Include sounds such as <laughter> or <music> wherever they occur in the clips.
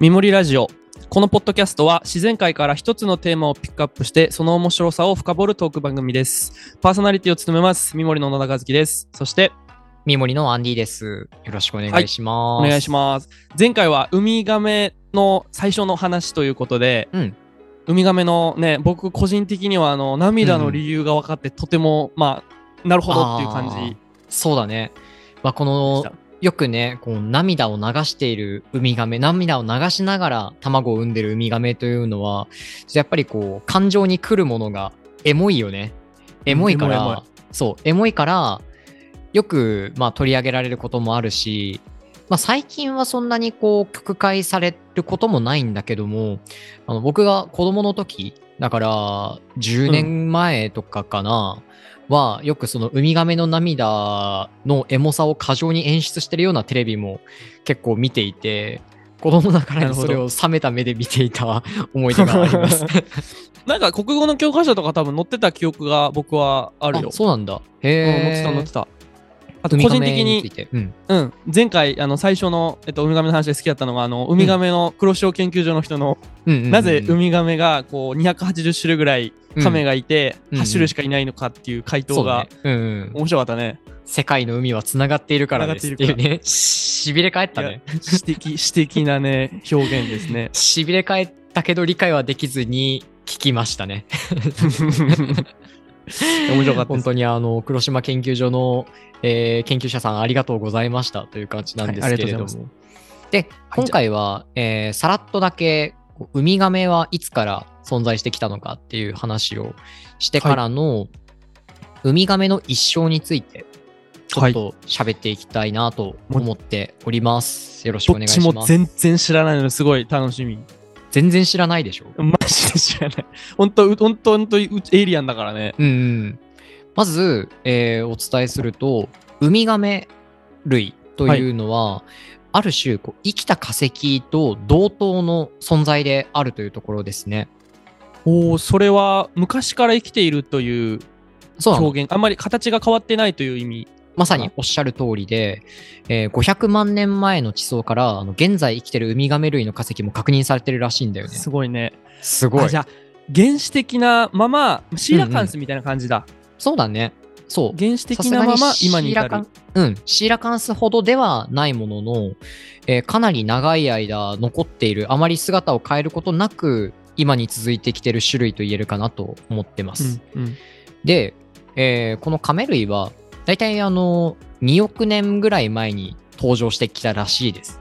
みもりラジオ。このポッドキャストは自然界から一つのテーマをピックアップしてその面白さを深掘るトーク番組です。パーソナリティを務めますみもりの野田和樹です。そして三森のアンディです。よろしくお願いしまおす。願いします。前回はウミガメの最初の話ということで、うんウミガメのね僕個人的にはあの涙の理由が分かって、とてもまあなるほどっていう感じす。そうだね。まあ、こでしのた。よくね、こう涙を流しているウミガメ、涙を流しながら卵を産んでるウミガメというのは、やっぱりこう、感情に来るものがエモいよね。エモいから、エモいエモそう、エモいから、よく、まあ、取り上げられることもあるし、まあ、最近はそんなにこう、曲解されることもないんだけども、あの僕が子供の時、だから、10年前とかかな、はよくそのウミガメの涙のエモさを過剰に演出してるようなテレビも結構見ていて子供ながらなるにほそどれを冷めた目で見ていた <laughs> 思い出があ <laughs> ります。なんか国語の教科書とか多分載ってた記憶が僕はあるよ。 <laughs> あそうなんだ。うん載ってへた載っえて。た。あと個人的にウミガメついてうん、うん、前回あの最初の、えっと、ウミガメの話で好きだったのがあのウミガメの黒潮研究所の人の、うんうんうんなぜウミガメがこう280種類ぐらいカメがいて、うん8種類しかいないのかっていう回答そうがね、うんうん、面白かったね。世界の海はつながっているからですっていう <laughs> ねしびれ返ったいやね詩 <laughs> 的詩的なね表現ですね。しびれ返ったけど理解はできずに聞きましたね面白かったで本す。当にあの黒島研究所の、えー研究者さんありがとうございましたという感じなんですけれども。はいありがとうで、はい今回は、えーさらっとだけこうウミガメはいつから存在してきたのかっていう話をしてからの、ウミガメの一生についてちょはっい。と喋っていきたいなと思っております。よろしくおどっ願いちしもます。全然知らないのですごい楽 <laughs> しみ。全然知らないでしょマジで知らない。本当う本当本当うエイリアンだからね。うんうん、まず、えーお伝えするとウミガメ類というのは、ある種こう生きた化石と同等の存在であるというところですね。おおそれは昔から生きているというそうなの表現あんまり形が変わってないという意味まさにおっしゃる通りで、えー500万年前の地層からあの現在生きてるウミガメ類の化石も確認されてるらしいんだよね。すごいねすごあいじ。ゃあ原始的なままシーラカンスみたいな感じだ、そうだね。そう。原始的なままさす今がにシー至ラカるンうん、シーラカンスほどではないものの、えーかなり長い間残っている、あまり姿を変えることなく、今に続いてきている種類と言えるかなと思ってます。うんうんで、えーこのカメ類は、だいたいあの、2億年ぐらい前に登場してきたらし <laughs> いです。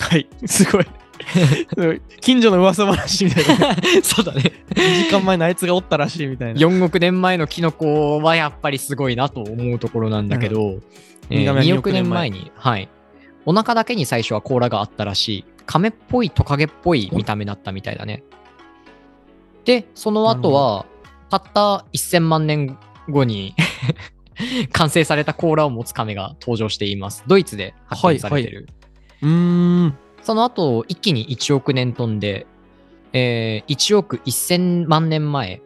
はいすごい <laughs> すごい近所の噂話みたいなそうだね。 2時間前のあいつがおったらしいみたいな4億年前のキノコはやっぱりすごいなと思うところなんだけど、えウミガメはー2 2億年前に、はい、お腹だけに最初は甲羅があったらしいカメっぽいトカゲっぽい見た目だったみたいだねでその後はたった1000万年後に <laughs> 完成された甲羅を持つカメが登場していますドイツで発見されてる、うーんその後一気に1億年飛んで、えー1億1000万年前、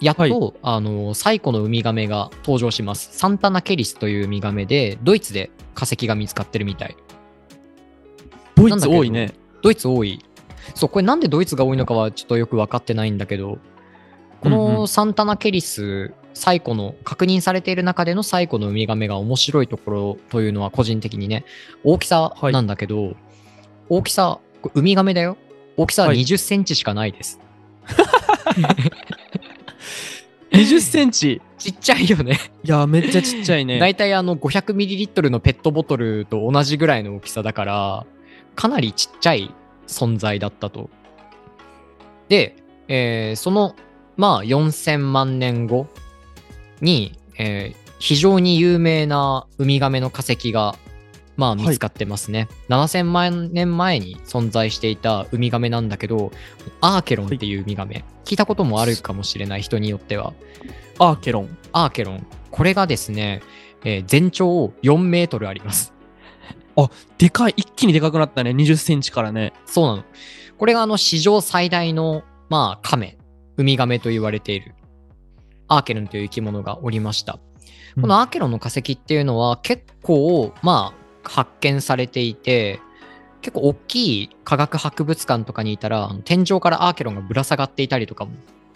やっと、はいあの最古のウミガメが登場します。サンタナケリスというウミガメで、ドイツで化石が見つかってるみたい。ドイツ多いねドイツ多い。そう、これなんでドイツが多いのかはちょっとよく分かってないんだけど、こうんうのんサンタナケリス、最古の、確認されている中での最古のウミガメが面白いところというのは個人的にね、大きさなんだけど、大きさ、これウミガメだよ。大きさははい20センチしかない <laughs> です。 2 0ンチ <laughs> ちっちゃいよね。いやめっちゃちっちゃい <laughs> ねだいたいあの500ミリリットルのペットボトルと同じぐらいの大きさだから、かなりちっちゃい存在だったと。で、えーその、まあ、4000万年後に、えー非常に有名なウミガメの化石が、まあ、い見つかってますね。7000万年前に存在していたウミガメなんだけど、アーケロンっていうウミガメ、聞いたこともあるかもしれない人によっては。アーケロンアーケロン。これがですね、えー全長4メートルあります。でかい一気にでかくなったね2 0ンチからねそうなの。これがあの史上最大の、まあ、カメ、ウミガメと言われている、アーケロンという生き物がおりました。うんこのアーケロンの化石っていうのは結構、まあ、発見されていて、結構大きい科学博物館とかにいたらあの天井からアーケロンがぶら下がっていたりとかも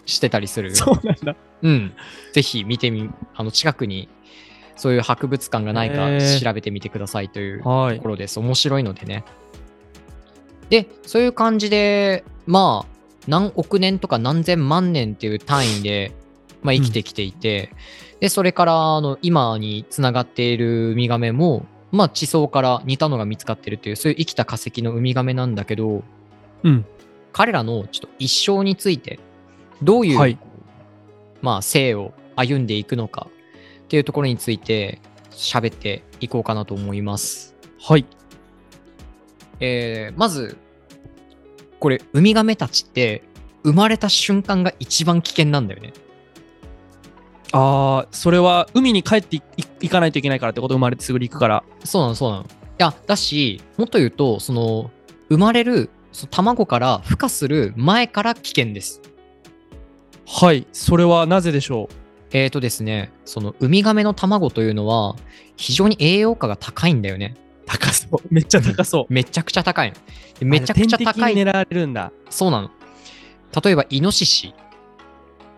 してたりするそうなんだ。うん、ぜひ見てみあの近くにそういう博物館がないへかー調べてみてくださいというとはいこ。ろです、面白いのでねでそういう感じでまあ何億年とか何千万年っていう単位で、まあ、生きてきていて、でそれからあの今につながっているウミガメも、まあ、地層から似たのが見つかってるというそういう生きた化石のウミガメなんだけど、うん。彼らのちょっと一生についてどういう、はいまあ、生を歩んでいくのかっていうところについて喋っていこうかなと思います。はい。えーまずこれウミガメたちって生まれた瞬間が一番危険なんだよね。ああ、それは海に帰っていい行かないといけないからってこと生まれてすぐに行くから。そうなのそうなの。いやだしもっと言うとその生まれるその卵から孵化する前から危険です。はい。それはなぜでしょえーとですね、そのウミガメの卵というのは非常に栄養価が高いんだよね。う高そう。めっちゃ高そう。めちゃくちゃ高いの。でめちゃくちゃ高あれ天敵にい。狙われるんだ。そうなの。例えば、イノシシ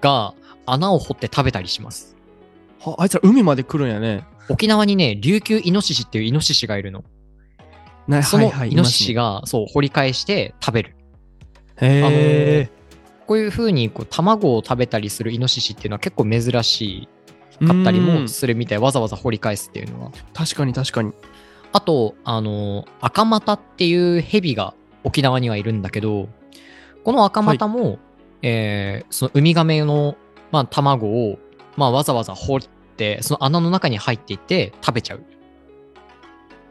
が穴を掘って食べたりします。はあいつら海まで来るんやね。沖縄にね、琉球イノシシっていうイノシシがいるの。なそのイノシシが。が、そう、掘り返して食べる。へこういう風にこう卵を食べたりするイノシシっていうのは結構珍しえ。かったりもうんするみたい。わざわざ掘り返すっていうのは。確かに確かに。あと、あの、赤股っていうヘビが沖縄にはいるんだけど、この赤股も、えーそのウミガメの、まあ、卵を、まあ、わざわざ掘って、その穴の中に入っていって食べちゃう。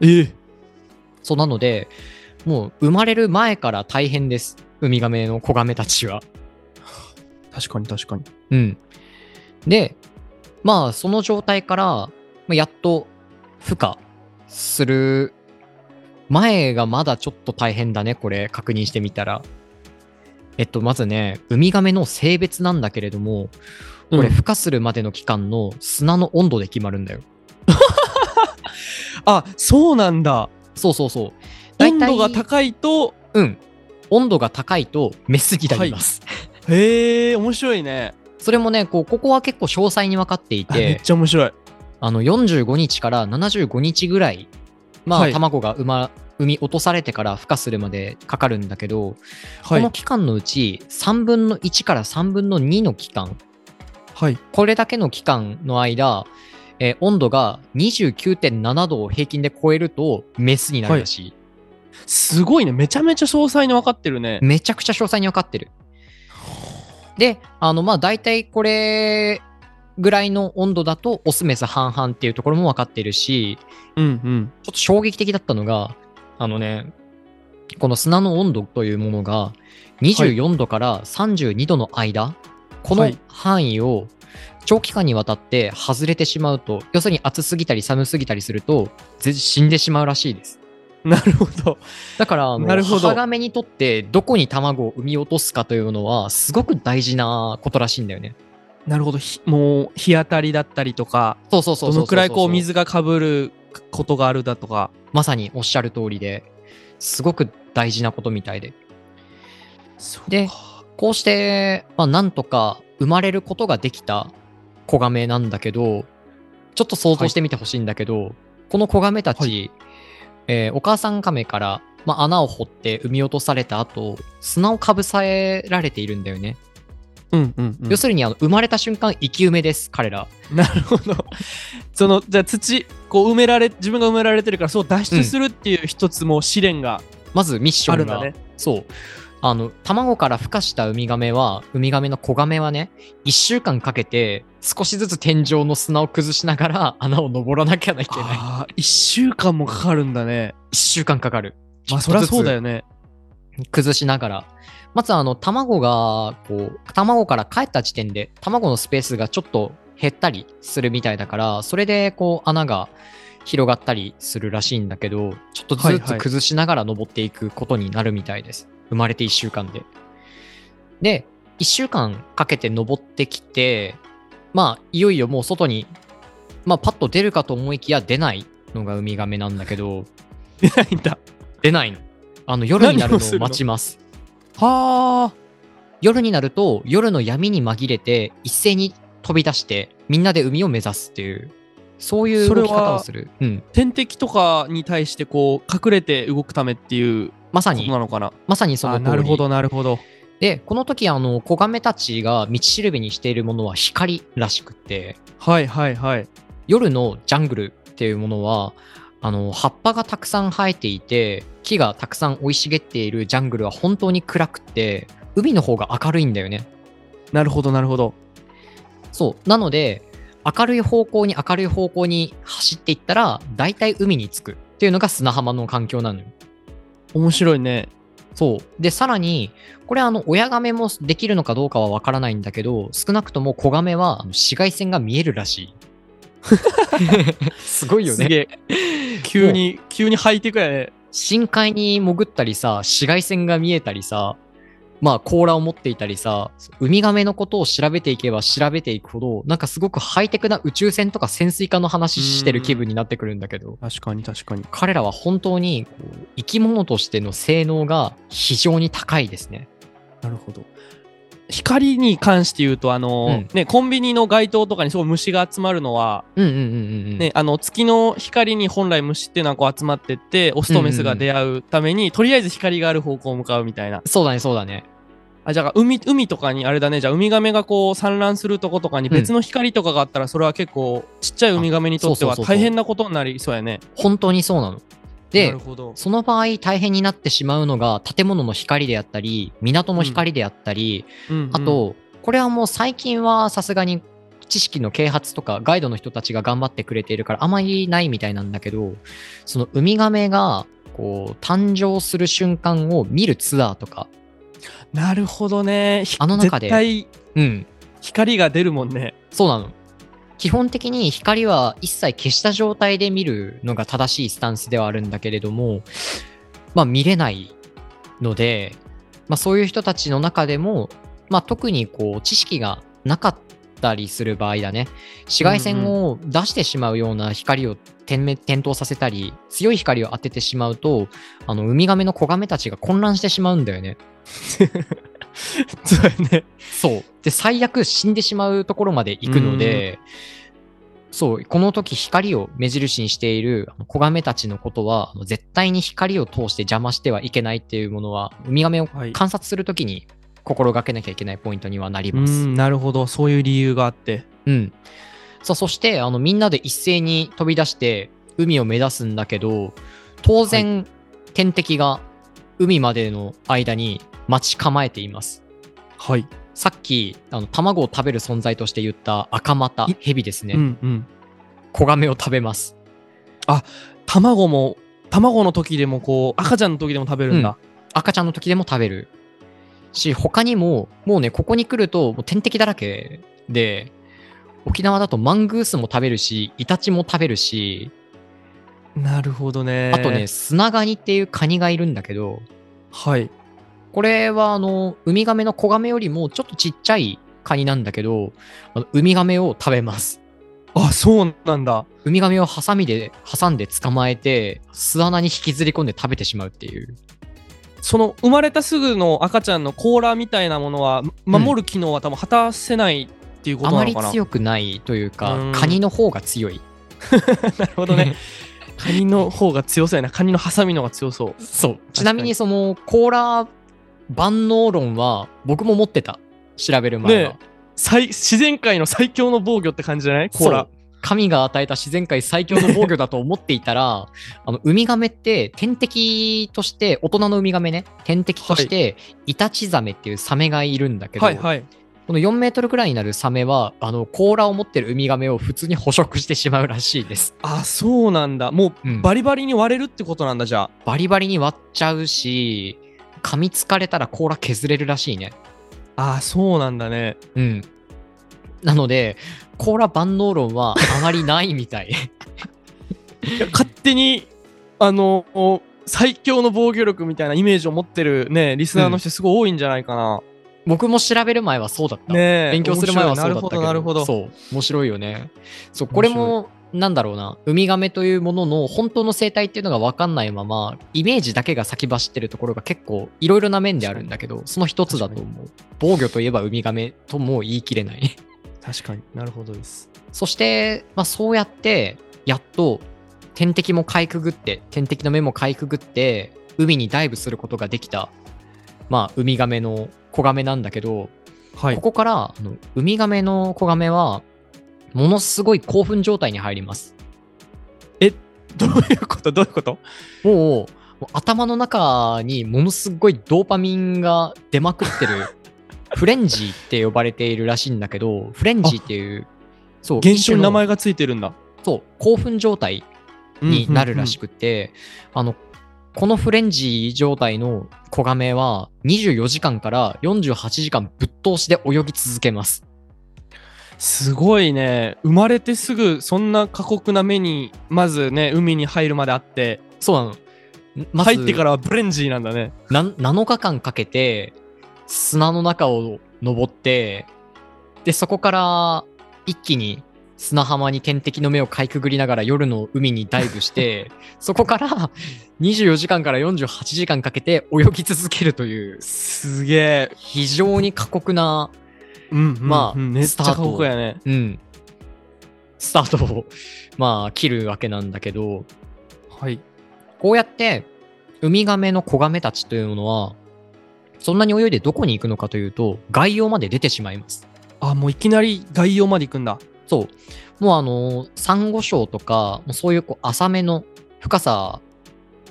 ええ。そうなので、もう生まれる前から大変です。ウミガメの子ガメたちは。確かに確かに。うん。で、まあ、その状態から、まあやっと孵化する前がまだちょっと大変だね、これ、確認してみたら。えっと、まずね、ウミガメの性別なんだけれども、これ、うん孵化するまでの期間の砂の温度で決まるんだよ。あ、そうなんだ。そうそうそう。温度がい。高いと、うん。温度が高いと、メスになります。へえ、面白いね。それもね、こう、ここは結構詳細に分かってい、あめってちゃ面白い。あの45日から75日ぐらい、まあはい卵が産,、ま、産み落とされてから孵化するまでかかるんだけど、はこのい。期間のうち3分の1から3分の2の期間はい。これだけの期間の間、えー温度が29.7度を平均で超えるとメスになるらしい、すごいね。めちゃめちゃ詳細に分かってるね。めちゃくちゃ詳細に分かってるであのまあ大体これぐらいの温度だとオスメス半々っていうところも分かってるしうんうん。ちょっと衝撃的だったのが、あのね、この砂の温度というものが、24度から32度の間、こはのい範囲を長期間にわたって外れてしまうと、要するに暑すぎたり寒すぎたりすると、ぜ死んでしまうらしいです。なるほど。だから、あのなるほど母ガメにとって、どこに卵を産み落とすかというのは、すごく大事なことらしいんだよね。なるほど。ひもう日当たりだったりとか、そうそうそうどそうそうそうのくらいこう水がかぶることがあるだとか。まさにおっしゃる通りで、すごく大事なことみたいで。そうでかこうして、まあ、なんとか生まれることができた子ガメなんだけど、ちょっと想像してみてほしいんだけど、この子ガメたち、はえーお母さんガメから、まあ、穴を掘って産み落とされた後、砂をかぶさえられているんだよね。うんうん、うん要。するにあの、生まれた瞬間、生き埋めです、彼ら。なるほど。 <laughs> そのじゃあ土こう埋められ自分が埋められてるからそう脱出するっていう一つもう試練がまずミッシあョるンんだが、ね。そう。あの卵から孵化したウミガメはウミガメの子ガメはね1週間かけて少しずつ天井の砂を崩しながら穴を登らなきゃいけないああ1週間もかかるんだね。 1週間かかる。まあそりゃそうだよね。崩しながら。まずあの卵がこう卵から帰った時点で卵のスペースがちょっと減ったりするみたいだからそれでこう穴が広がったりするらしいんだけどちょっとずはいはつい崩しながら登っていくことになるみたいです、生まれて1週間でで1週間かけて登ってきてまあいよいよもう外に、まあ、パッと出るかと思いきや出ないのがウミガメなんだけど出ないんだ。出ないのあの夜になる何をすのるをの待ちます。はあ。夜になると夜の闇に紛れて一斉に飛び出してみんなで海を目指すっていうそういうそれ動はき方をする、うん、天敵とかに対してこう隠れて動くためっていうまさことになのかな。まさにそのあ通りなるほどなるほど。でこの時あの子ガメたちが道しるべにしているものは光らしくってはいはいはい。夜のジャングルっていうものはあの葉っぱがたくさん生えていて木がたくさん生い茂っているジャングルは本当に暗くて海の方が明るいんだよねなるほどなるほど。そう。なので、明るい方向に明るい方向に走っていったら、大体海に着くっていうのが砂浜の環境なのよ。面白いね。そう。で、さらに、これあの、親ガメもできるのかどうかはわからないんだけど、少なくとも子ガメはあの紫外線が見える <laughs> らしい。すごいよすね。げえ。急に急にハイテクやね。深海に潜ったりさ、紫外線が見えたりさ、まあ、甲羅を持っていたりさ、ウミガメのことを調べていけば調べていくほど、なんかすごくハイテクな宇宙船とか潜水艦の話してる気分になってくるんだけど、確かに確かに。彼らは本当にこう生き物としての性能が非常に高いですね。なるほど。光に関して言うと、あのうんね、コンビニの街灯とかにすごい虫が集まるのは、うんうんうんうんうん。ね、あの月の光に本来虫っていうのはこう集まってってオスとメスが出会うために、とりあえず光がある方向を向かうみたいなそうだね、そうだね。あじゃあ海海とかにあれだねじゃあウミガメがこう産卵するとことかにうん別の光とかがあったら、それは結構ちっちゃいウミガメにとってあはそうそうそうそう大変なことになりそうやね本当にそうなの。なでる、ほどその場合大変になってしまうのが建物の光であったり、港の光であったり、うんうんあと、これはもう最近はさすがに知識の啓発とかガイドの人たちが頑張ってくれているからあまりないみたいなんだけど、そのウミガメがこう誕生する瞬間を見るツアーとか、なるほどねひあの中で絶対うん、光が出るもんね <laughs> そうなの。基本的に光は一切消した状態で見るのが正しいスタンスではあるんだけれども、まあ見れないので、まあそういう人たちの中でも、まあ特にこう知識がなかったりする場合だね。紫外線を出してしまうような光を点滅点灯させたり、強い光を当ててしまうと、あのウミガメの子ガメたちが混乱してしまうんだよね。そうやねそう。で、最悪死んでしまうところまで行くので、そう、この時光を目印にしているあの子ガメたちのことは、あの絶対に光を通して邪魔してはいけないっていうものは、ウミガメをはい観察するときに心がけなきゃいけないポイントにはなりうます。うんんなるほどそういう理由があってさあそしてあの、みんなで一斉に飛び出して海を目指すんだけど、当然、天敵が海までの間に待ち構えています。はい、さっきあの卵を食べる存在として言った赤股いヘビですね、うんうん子ガメを食べます卵も卵の時でもこう赤ちゃんの時でも食べるんだ、赤ちゃんの時でも食べるし他にももうねここに来るともう天敵だらけで沖縄だとマングースも食べるしイタチも食べるしなるほどねあとね砂ガニっていうカニがいるんだけどはいこれはあのウミガメの子ガメよりもちょっとちっちゃいカニなんだけどあのウミガメを食べますあそうなんだウミガメをハサミで挟んで捕まえて巣穴に引きずり込んで食べてしまうっていうその生まれたすぐの赤ちゃんの甲羅みたいなものはま守る機能は多分果たせないっていうこあとなまのりかな、強くないというかうんカニの方が強いなるほどねカニの方が強そうやなカニのハサミの方が強そうそうちなみにそのコーラ万能論は僕も持ってた調べる前は、ね最自然界の最強の防御って感じじゃない甲そう羅神が与えた自然界最強の防御だと思っていたら <laughs> あのウミガメって天敵として大人のウミガメね天敵としてイタチザメっていうサメがいるんだけど、はいはいこの4メートルくらいになるサメは、あの、甲羅を持ってるウミガメを普通に捕食してしまうらしいです。あそうなんだもうんうバリバリに割れるってことなんだじゃあバリバリに割っちゃうし、噛みつかれたら甲羅削れるらしいね。あそうなんだねうん。なので、甲羅万能論はあまりないみたい。い <laughs> や勝手にあの最強の防御力みたいなイメージを持ってるねリスナーの人すごい多いんじゃないかな、僕も調べる前はそうだった。ねえ勉強する前はそうだったけど。面白いなるほどなるほどそう。面白いよね。そう、これも、なんだろうな、ウミガメというものの本当の生態っていうのが分かんないまま、イメージだけが先走ってるところが結構いろいろな面であるんだけど、その一つだと思う。防御といえばウミガメとも言い切れない。 <laughs> 確かになるほどです。そして、まあ、そうやって、やっと天敵もかいくぐって、天敵の目もかいくぐって、海にダイブすることができた、まあ、ウミガメの子ガメなんだけど、はこ。こから、あのウミガメの子ガメは、ものすごい興奮状態に入ります。どういうことどういうこともう、もう頭の中にものすごいドーパミンが出まくっ <laughs> てる、フレンジーって呼ばれているらしいんだけど、フレンジーっていう、そう、現象に名前が。がついてるんだ。そう、興奮状態になるらしく。くて、あのこのフレンジ状態の子ガメは24時間から48時間ぶっ通しで泳ぎ続けます。すごいね。生まれてすぐそんな過酷な目に、まずね、海に入るまであって、そうなの。まず入ってからはブレンジーなんだね。な7日間かけて砂の中を登ってでそこから一気に砂浜に天敵の目をかいくぐりながら夜の海にダイブして <laughs> そこから24時間から48時間かけて泳ぎ続けるというすげえ。非常に過酷なうんうんうんまあめっちゃ過スター酷トやね。うん、スタートをまあ切るわけなんだけどはい。こうやってウミガメの子ガメたちというものはそんなに泳いでどこに行くのかというと外洋まで出てしまいますあ、もういきなり概要まで行くんだ。そうもうあのサンゴ礁とかもうそういうこう浅めの深さ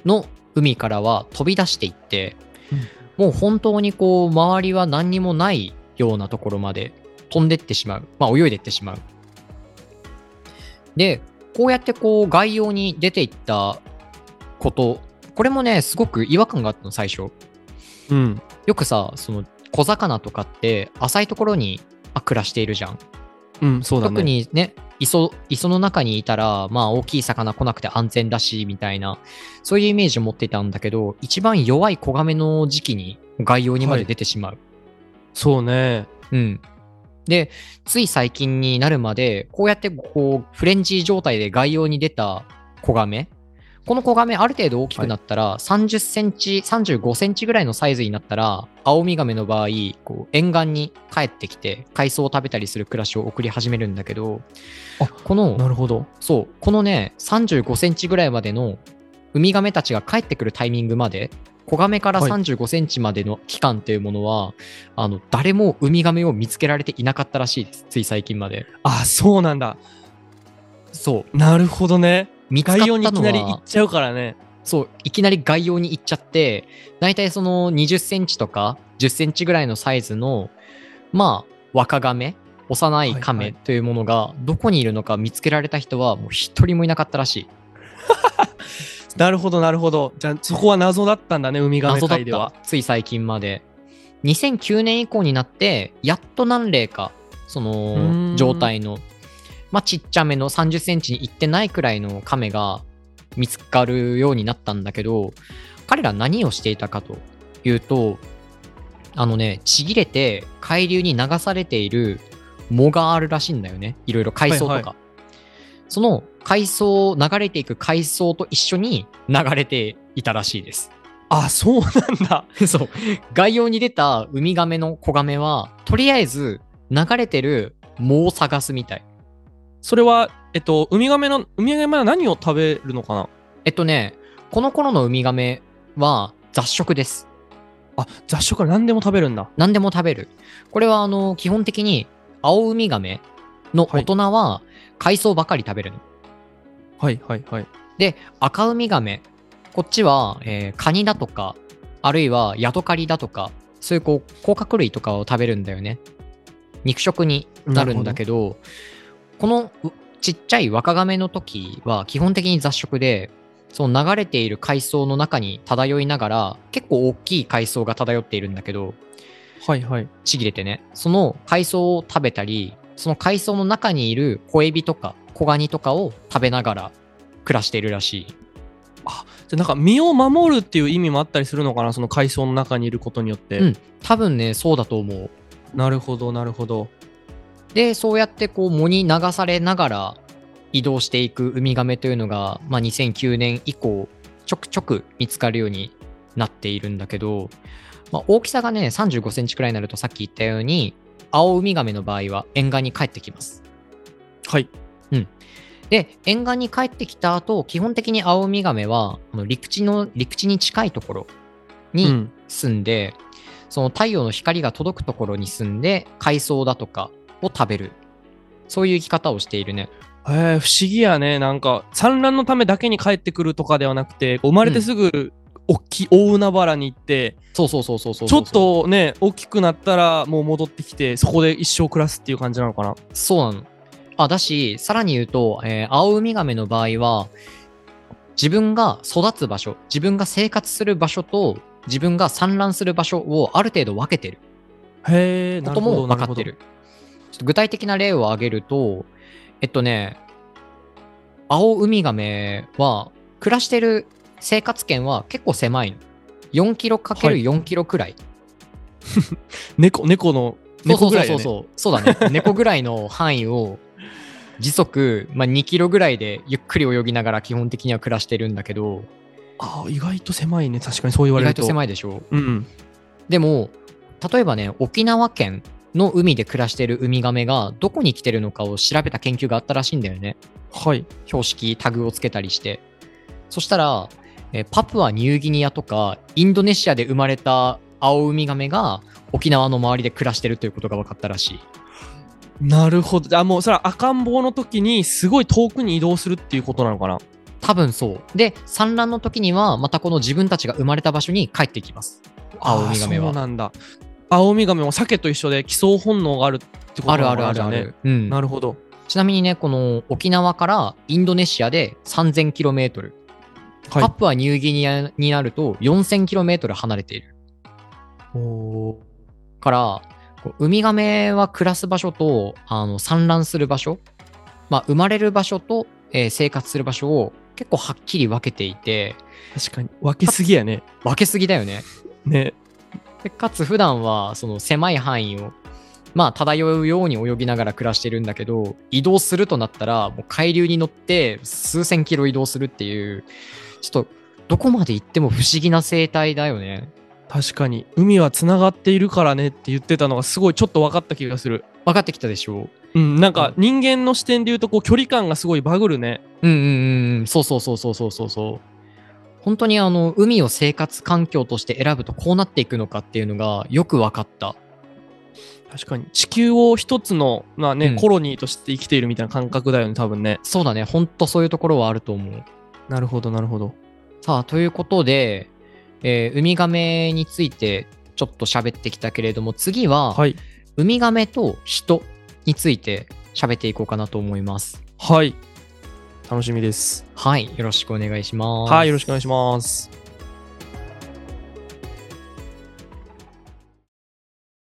の海からは飛び出していって、もう本当にこう周りは何にもないようなところまで飛んでってしまう、まあ、泳いでってしまうでこうやってこう概要に出ていったことこれもねすごく違和感があったの最初うん。よくさその小魚とかって浅いところにまあ暮らしているじゃんうん、そうだね。特にね磯磯の中にいたら、まあ、大きい魚来なくて安全だしみたいなそういうイメージを持っていたんだけど一番弱い子ガメの時期に外洋にまで出てしまう、そうね。うん、でつい最近になるまでこうやってこうフレンジ状態で外洋に出た子ガメこの子ガメある程度大きくなったら3 0センチ3 5センチぐらいのサイズになったら青ミガメの場合こう沿岸に帰ってきて海藻を食べたりする暮らしを送り始めるんだけどあこのなるほど。そう、このね、35センチぐらいまでのウミガメたちが帰ってくるタイミングまで、子ガメからはい35センチまでの期間というものは、あの誰もウミガメを見つけられていなかったらしいです、つい最近まで。あ、そうなんだ。そう、なるほどね。見つかっ概要にたいきのなり行はっ、ちゃうからね。そう、いきなり外洋に行っちゃって、だいたいその20センチとか10センチぐらいのサイズの、まあ、若ガメ、幼いカはいメはというものが、どこにいるのか見つけられた人は、もう一人もいなかったらしい。なるほど、なるほど。じゃあ、そこは謎だったんだね、ウミガメ謎だっ界でたは。つい最近まで2009年以降になってやっと何例かそうーのん状態のまあちっちゃめの3 0センチに行ってないくらいのカメが見つかるようになったんだけど彼ら何をしていたかというとあのねちぎれて海流に流されている藻があるらしいんだよねいろいろ海藻とか、はいはその海藻流れていく海藻と一緒に流れていたらしいですあ、そうなん <laughs> だ。そう。概要に出たウミガメの子ガメは、とりあえず流れてる藻を探すみたい。それは、えっと、ウミガメの、ウミガメは何を食べるのかなえっとね、この頃のウミガメは雑食です。あ、雑食から何でも食べるんだ。何でも食べる。これはあの、基本的に青ウミガメの大人は海藻ばかり食べるの。はい、はい、はい。で、赤ウミガメ、こっちは、えーカニだとか、あるいはヤドカリだとか、そういうこう、甲殻類とかを食べるんだよね。肉食になるんだけど、このうちっちゃい若ガメの時は基本的に雑食で、その流れている海藻の中に漂いながら、結構大きい海藻が漂っているんだけど、はい、はい。ちぎれてね、その海藻を食べたり、その海藻の中にいる小エビとか小ガニとかを食べながら暮らしているらしい。じゃあなんか、身を守るっていう意味もあったりするのかなその海藻の中にいることによって。うん多分ねそうだと思うなるほど、なるほど。でそうやってこう藻に流されながら移動していくウミガメというのが、まあ、2009年以降ちょくちょく見つかるようになっているんだけど、まあ、大きさがね35センチくらいになるとさっき言ったように青ウミガメの場合は沿岸に帰ってきますはい。で沿岸に帰ってきた後基本的に青ウミガメはあの陸地の陸地に近いところに、うん。住んでその太陽の光が届くところに住んで海藻だとかを食べるそういう生き方をしているねえー、不思議やね。なんか、産卵のためだけに帰ってくるとかではなくて、こう生まれてすぐ、大きい大海原に行ってそうそうそうそうそうちょっとね大きくなったらもう戻ってきてそこで一生暮らすっていう感じなのかなそうなのあだしさらに言うと、えーアオウミガメの場合は自分が育つ場所自分が生活する場所と自分が産卵する場所をある程度分けてるへえことも分かってるちょっと具体的な例を挙げるとえっとねアオウミガメは暮らしてる生活圏は結構狭いの4キロ ×4 キロくらい、猫猫の猫ぐらい、ね、そうそうそうそうそう <laughs> だね猫ぐらいの範囲を時速、まあ、2キロぐらいでゆっくり泳ぎながら基本的には暮らしてるんだけどあー意外と狭いね確かにそう言わ意れると外と狭いでしょいうんでも例えばね沖縄県の海で暮らしてるウミガメがどこに来てるのかを調べた研究があったらしいんだよねはい標識タグをつけたりしてそしたら、えーパプアニューギニアとかインドネシアで生まれたアオウミガメが沖縄の周りで暮らしてるということが分かったらしいなるほどあもうそれは赤ん坊の時にすごい遠くに移動するっていうことなのかな多分そうで産卵の時にはまたこの自分たちが生まれた場所に帰ってきます青ウミガメはあーそうなんだ青ウミガメも鮭と一緒で帰巣本能があるってことあなるのかなあるあるあじゃねる、うん、なるほどちなみにねこの沖縄からインドネシアで 3000km はいパプアニューギニアになると 4000km 離れているおからこうウミガメは暮らす場所とあの産卵する場所、まあ、生まれる場所と、えー生活する場所を結構はっきり分けていて確かに分けすぎやね分けすぎだよねねでかつ普段はその狭い範囲をまあ漂うように泳ぎながら暮らしてるんだけど移動するとなったらもう海流に乗って数千キロ移動するっていうちょっとどこまで行っても不思議な生態だよね確かに海はつながっているからねって言ってたのがすごいちょっと分かった気がする分かってきたでしょうんなんかう人間の視点で言うとこう距離感がすごいバグるねうんうんうんうん、そうそうそうそうそうそうそう。本当にあの海を生活環境として選ぶとこうなっていくのかっていうのがよく分かった。確かに地球を一つの、まあねうんコロニーとして生きているみたいな感覚だよね多分ねそうだね、本当そういうところはあると思う。なるほどなるほどさあ、ということで、えーウミガメについてちょっと喋ってきたけれども、次は、はいウミガメと人について喋っていこうかなと思います。はい楽しみですはい、よろしくお願いします。はいよろしくお願いします